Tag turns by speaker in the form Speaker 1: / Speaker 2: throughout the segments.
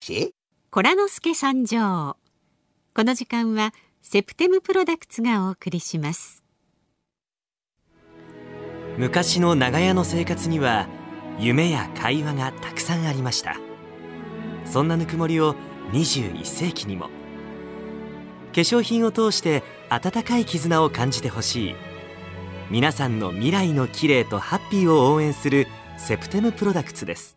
Speaker 1: ち
Speaker 2: コラノスケ参上この時間はセプテムプロダクツがお送りします
Speaker 3: 昔の長屋の生活には夢や会話がたくさんありましたそんなぬくもりを21世紀にも化粧品を通して温かい絆を感じてほしい皆さんの未来の綺麗とハッピーを応援するセプテムプロダクツです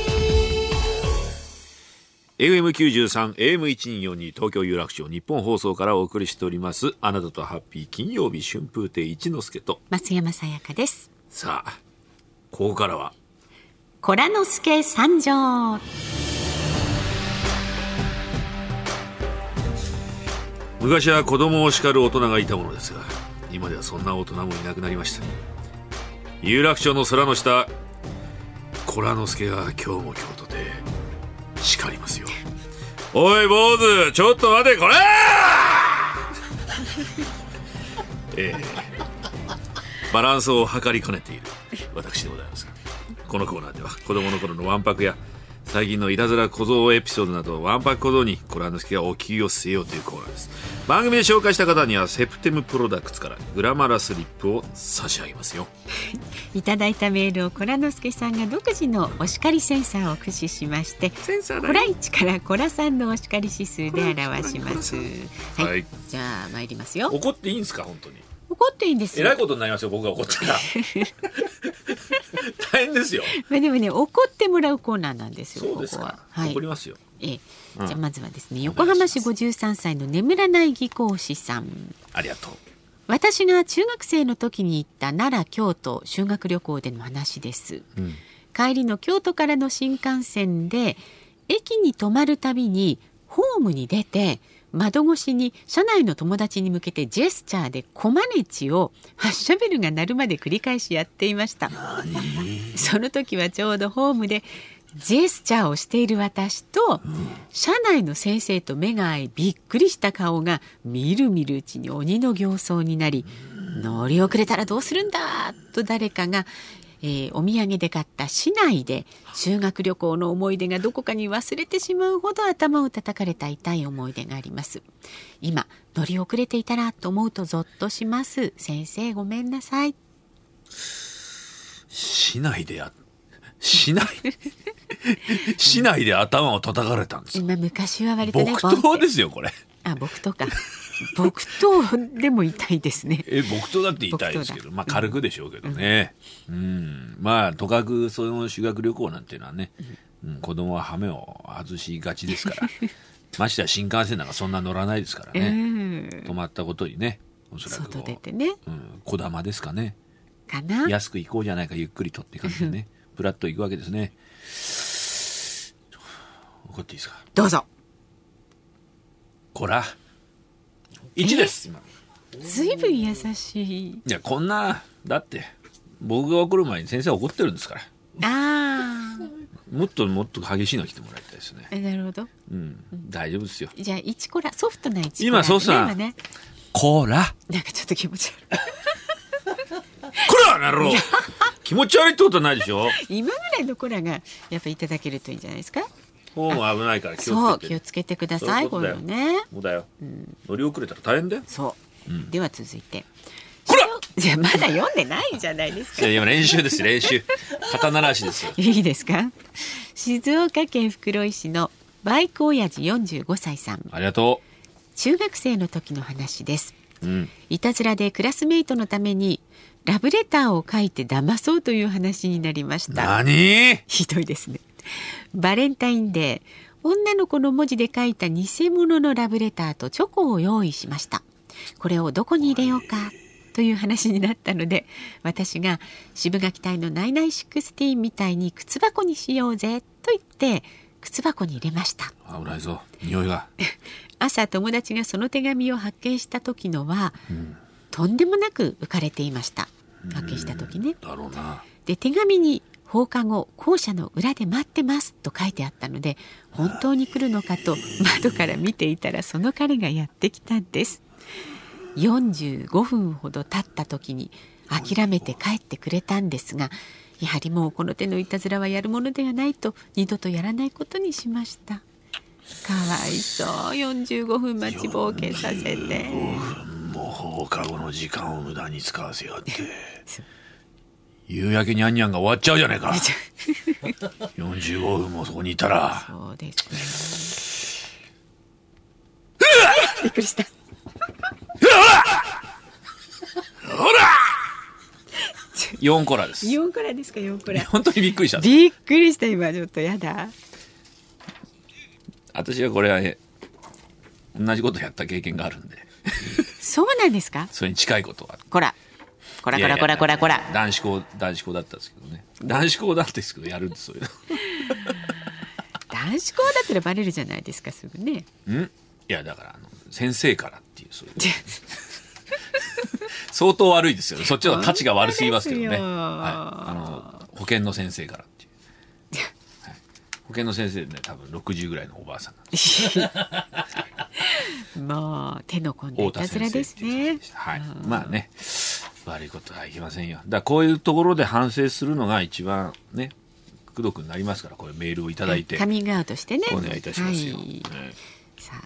Speaker 4: ー
Speaker 5: AM93、AM1242、東京有楽町、日本放送からお送りしております。あなたとハッピー金曜日、春風亭一之輔と。
Speaker 2: 松山さやかです
Speaker 5: さあ、ここからは、
Speaker 2: コラノスケ参上
Speaker 5: 昔は子供を叱る大人がいたものですが、今ではそんな大人もいなくなりました。有楽町の空の下、コラノスケが今日も京都で叱りますよ。おい、坊主、ちょっと待て、これええバランスを測りかねている私でございますがこのコーナーでは子供の頃のわんぱくや最近のいたずら小僧エピソードなどわんぱく小僧にコラノスケがお給を据えようというコーナーです番組で紹介した方にはセプテムプロダクツからグラマラスリップを差し上げますよ
Speaker 2: いただいたメールをコラノスケさんが独自のお叱りセンサーを駆使しまして
Speaker 5: センサー
Speaker 2: コラ1からコラ3のお叱り指数で表しますはい、
Speaker 5: はい
Speaker 2: じゃあ参りますよ
Speaker 5: 怒っていいんですか本当に
Speaker 2: 怒っていいんです
Speaker 5: え
Speaker 2: よ
Speaker 5: らいことになりますよ僕が怒っ たら大変ですよ
Speaker 2: まあでもね怒ってもらうコーナーなんですよ
Speaker 5: そうです
Speaker 2: ここは、
Speaker 5: か
Speaker 2: はい
Speaker 5: 怒りますよ
Speaker 2: ええ
Speaker 5: うん
Speaker 2: じゃあまずはですね、
Speaker 5: お
Speaker 2: 横
Speaker 5: 願いし
Speaker 2: 浜
Speaker 5: ま
Speaker 2: 市
Speaker 5: す
Speaker 2: 53歳の眠らない技工士さん
Speaker 5: ありがとう
Speaker 2: 私が中学生の時に行った奈良京都修学旅行での話です
Speaker 5: うん
Speaker 2: 帰りの京都からの新幹線で駅に止まるたびにホームに出て窓越しに車内の友達に向けてジェスチャーでコマネチを発車ベルが鳴るまで繰り返しやっていましたその時はちょうどホームでジェスチャーをしている私と、車内の先生と目が合いびっくりした顔がみるみるうちに鬼の形相になり、乗り遅れたらどうするんだと誰かが、えーお土産で買った市内で修学旅行の思い出がどこかに忘れてしまうほど頭を叩かれた痛い思い出があります今乗り遅れていたらと思うとゾッとします先生ごめんなさい
Speaker 5: 市内でや市 内市内で頭を叩かれたんですよ
Speaker 2: 今昔は割とね
Speaker 5: 木
Speaker 2: ボンっ
Speaker 5: 刀
Speaker 2: て
Speaker 5: ですよこ れ
Speaker 2: あ、木刀か。木刀でも痛いですね。
Speaker 5: え木刀だって痛いですけ
Speaker 2: 木刀
Speaker 5: ど
Speaker 2: だ
Speaker 5: まあ軽くでしょうけどねうん、まあとかくその修学旅行なんていうのはね、うん、子供は羽目を外しがちですから ましてや新幹線なんかそんな乗らないですから
Speaker 2: う
Speaker 5: ね、
Speaker 2: ん。
Speaker 5: 止まったことにねおそらくこ
Speaker 2: 外
Speaker 5: う
Speaker 2: 出てね。
Speaker 5: うん、小玉ですかね
Speaker 2: かな。
Speaker 5: 安く行こうじゃないかゆっくりとって感じで ねプラッと行くわけですね怒っていいですか
Speaker 2: どうぞ。
Speaker 5: こら1です今
Speaker 2: ずいぶん優しい。
Speaker 5: いやこんなだって僕が怒る前に先生は怒ってるんですから
Speaker 2: あ
Speaker 5: もっともっと激しいの来てもらいたいですね
Speaker 2: あ。なるほど。
Speaker 5: うん大丈夫ですよ
Speaker 2: じゃあ、一コラ、ソフトな一コラ。
Speaker 5: 今ソフトな
Speaker 2: 今ね。
Speaker 5: こら
Speaker 2: なんかちょっと気持ち悪
Speaker 5: こらなろう気持ち悪いってことはないでしょ
Speaker 2: い。今ぐらいのコラが、やっぱいただけるといいんじゃないですか。
Speaker 5: ホーム危ないから気
Speaker 2: そ
Speaker 5: を
Speaker 2: う、
Speaker 5: つけ
Speaker 2: 気
Speaker 5: て
Speaker 2: を
Speaker 5: ね
Speaker 2: つけてください。
Speaker 5: そ
Speaker 2: こ
Speaker 5: う
Speaker 2: う
Speaker 5: い
Speaker 2: いうう
Speaker 5: こ
Speaker 2: の
Speaker 5: と
Speaker 2: ね。
Speaker 5: そうだよ乗り遅れたら大変だよ
Speaker 2: そう。では、続いて。じゃあ、まだ読んでないじゃないですか
Speaker 5: いや。今練習です練習肩慣らしですよ
Speaker 2: いいですか静岡県袋井市のバイク親父45歳さん
Speaker 5: ありがと
Speaker 2: 中学生の時の話です
Speaker 5: ううん
Speaker 2: いたずらでクラスメイトのためにラブレターを書いて騙そうという話になりました
Speaker 5: 何
Speaker 2: ひどいですねバレンタインデー女の子の文字で書いた偽物のラブレターとチョコを用意しましたこれをどこに入れようかという話になったので私が渋垣隊のナイナイシックスティーンみたいに靴箱にしようぜと言って靴箱に入れました
Speaker 5: 危ないぞ匂いが、
Speaker 2: 朝友達がその手紙を発見した時のは
Speaker 5: うん、
Speaker 2: とんでもなく浮かれていました発見した時ね
Speaker 5: だろうな
Speaker 2: で手紙に放課後校舎の裏で待ってますと書いてあったので本当に来るのかと窓から見ていたらその彼がやってきたんです45分ほど経った時に諦めて帰ってくれたんですがやはりもうこの手のいたずらはやるものではないと二度とやらないことにしましたかわいそう45分待ちぼうけさせて
Speaker 5: もう放課後の時間を無駄に使わせやがって
Speaker 2: そう
Speaker 5: 夕焼けにゃんにゃんが終わっちゃうじゃねえか45分もそこにいたら
Speaker 2: そうですねびっくりした
Speaker 5: 4コラです
Speaker 2: 四くらいですか四くらい。
Speaker 5: 本当にびっくりした
Speaker 2: びっくりした今ちょっとやだ。
Speaker 5: 私はこれはね同じことやった経験があるんで
Speaker 2: そうなんですか。
Speaker 5: それに近いことは
Speaker 2: こら、こらこらこらこらこ
Speaker 5: いやいや
Speaker 2: ら。
Speaker 5: 男子校男子校だったんですけどね男子校だったんですけどやるんですそういう
Speaker 2: 男子校だったらバレるじゃないですかすぐね。
Speaker 5: のんいやだからあの先生からっていうそういう相当悪いですよねそっちの方が立ちが悪すぎますけどね、
Speaker 2: 本
Speaker 5: は
Speaker 2: 当
Speaker 5: い、
Speaker 2: ですよ
Speaker 5: あの保健の先生からっていう、はい保健の先生ね多分60ぐらいのおばあさんなんです
Speaker 2: もう手の込んで
Speaker 5: 太
Speaker 2: いた
Speaker 5: 田
Speaker 2: ずらで
Speaker 5: 先生っ
Speaker 2: す
Speaker 5: てい
Speaker 2: ね
Speaker 5: う先生でし。たはいまあね悪いことはいけませんよだからこういうところで反省するのが一番ねくどくになりますからこれメールをいただいて
Speaker 2: カミングアウトしてね。
Speaker 5: お願いいたしますよ、
Speaker 2: はい
Speaker 5: ね
Speaker 2: さあ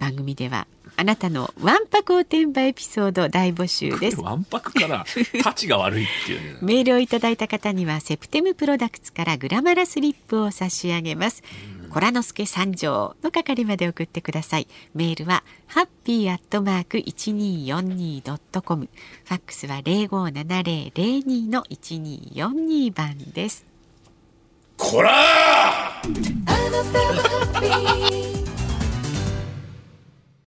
Speaker 2: 番組ではあなたのわんぱくおてんばエピソード大募集です。
Speaker 5: わんぱくから、立ちが悪いっていう、ね。
Speaker 2: メールをいただいた方にはセプテムプロダクツからグラマラスリップを差し上げます。コラノスケ三条の係まで送ってください。メールはハッピーアットマーク一二四二ドットコム。ファックスは零五七零零二の一二四二番です。
Speaker 5: こらー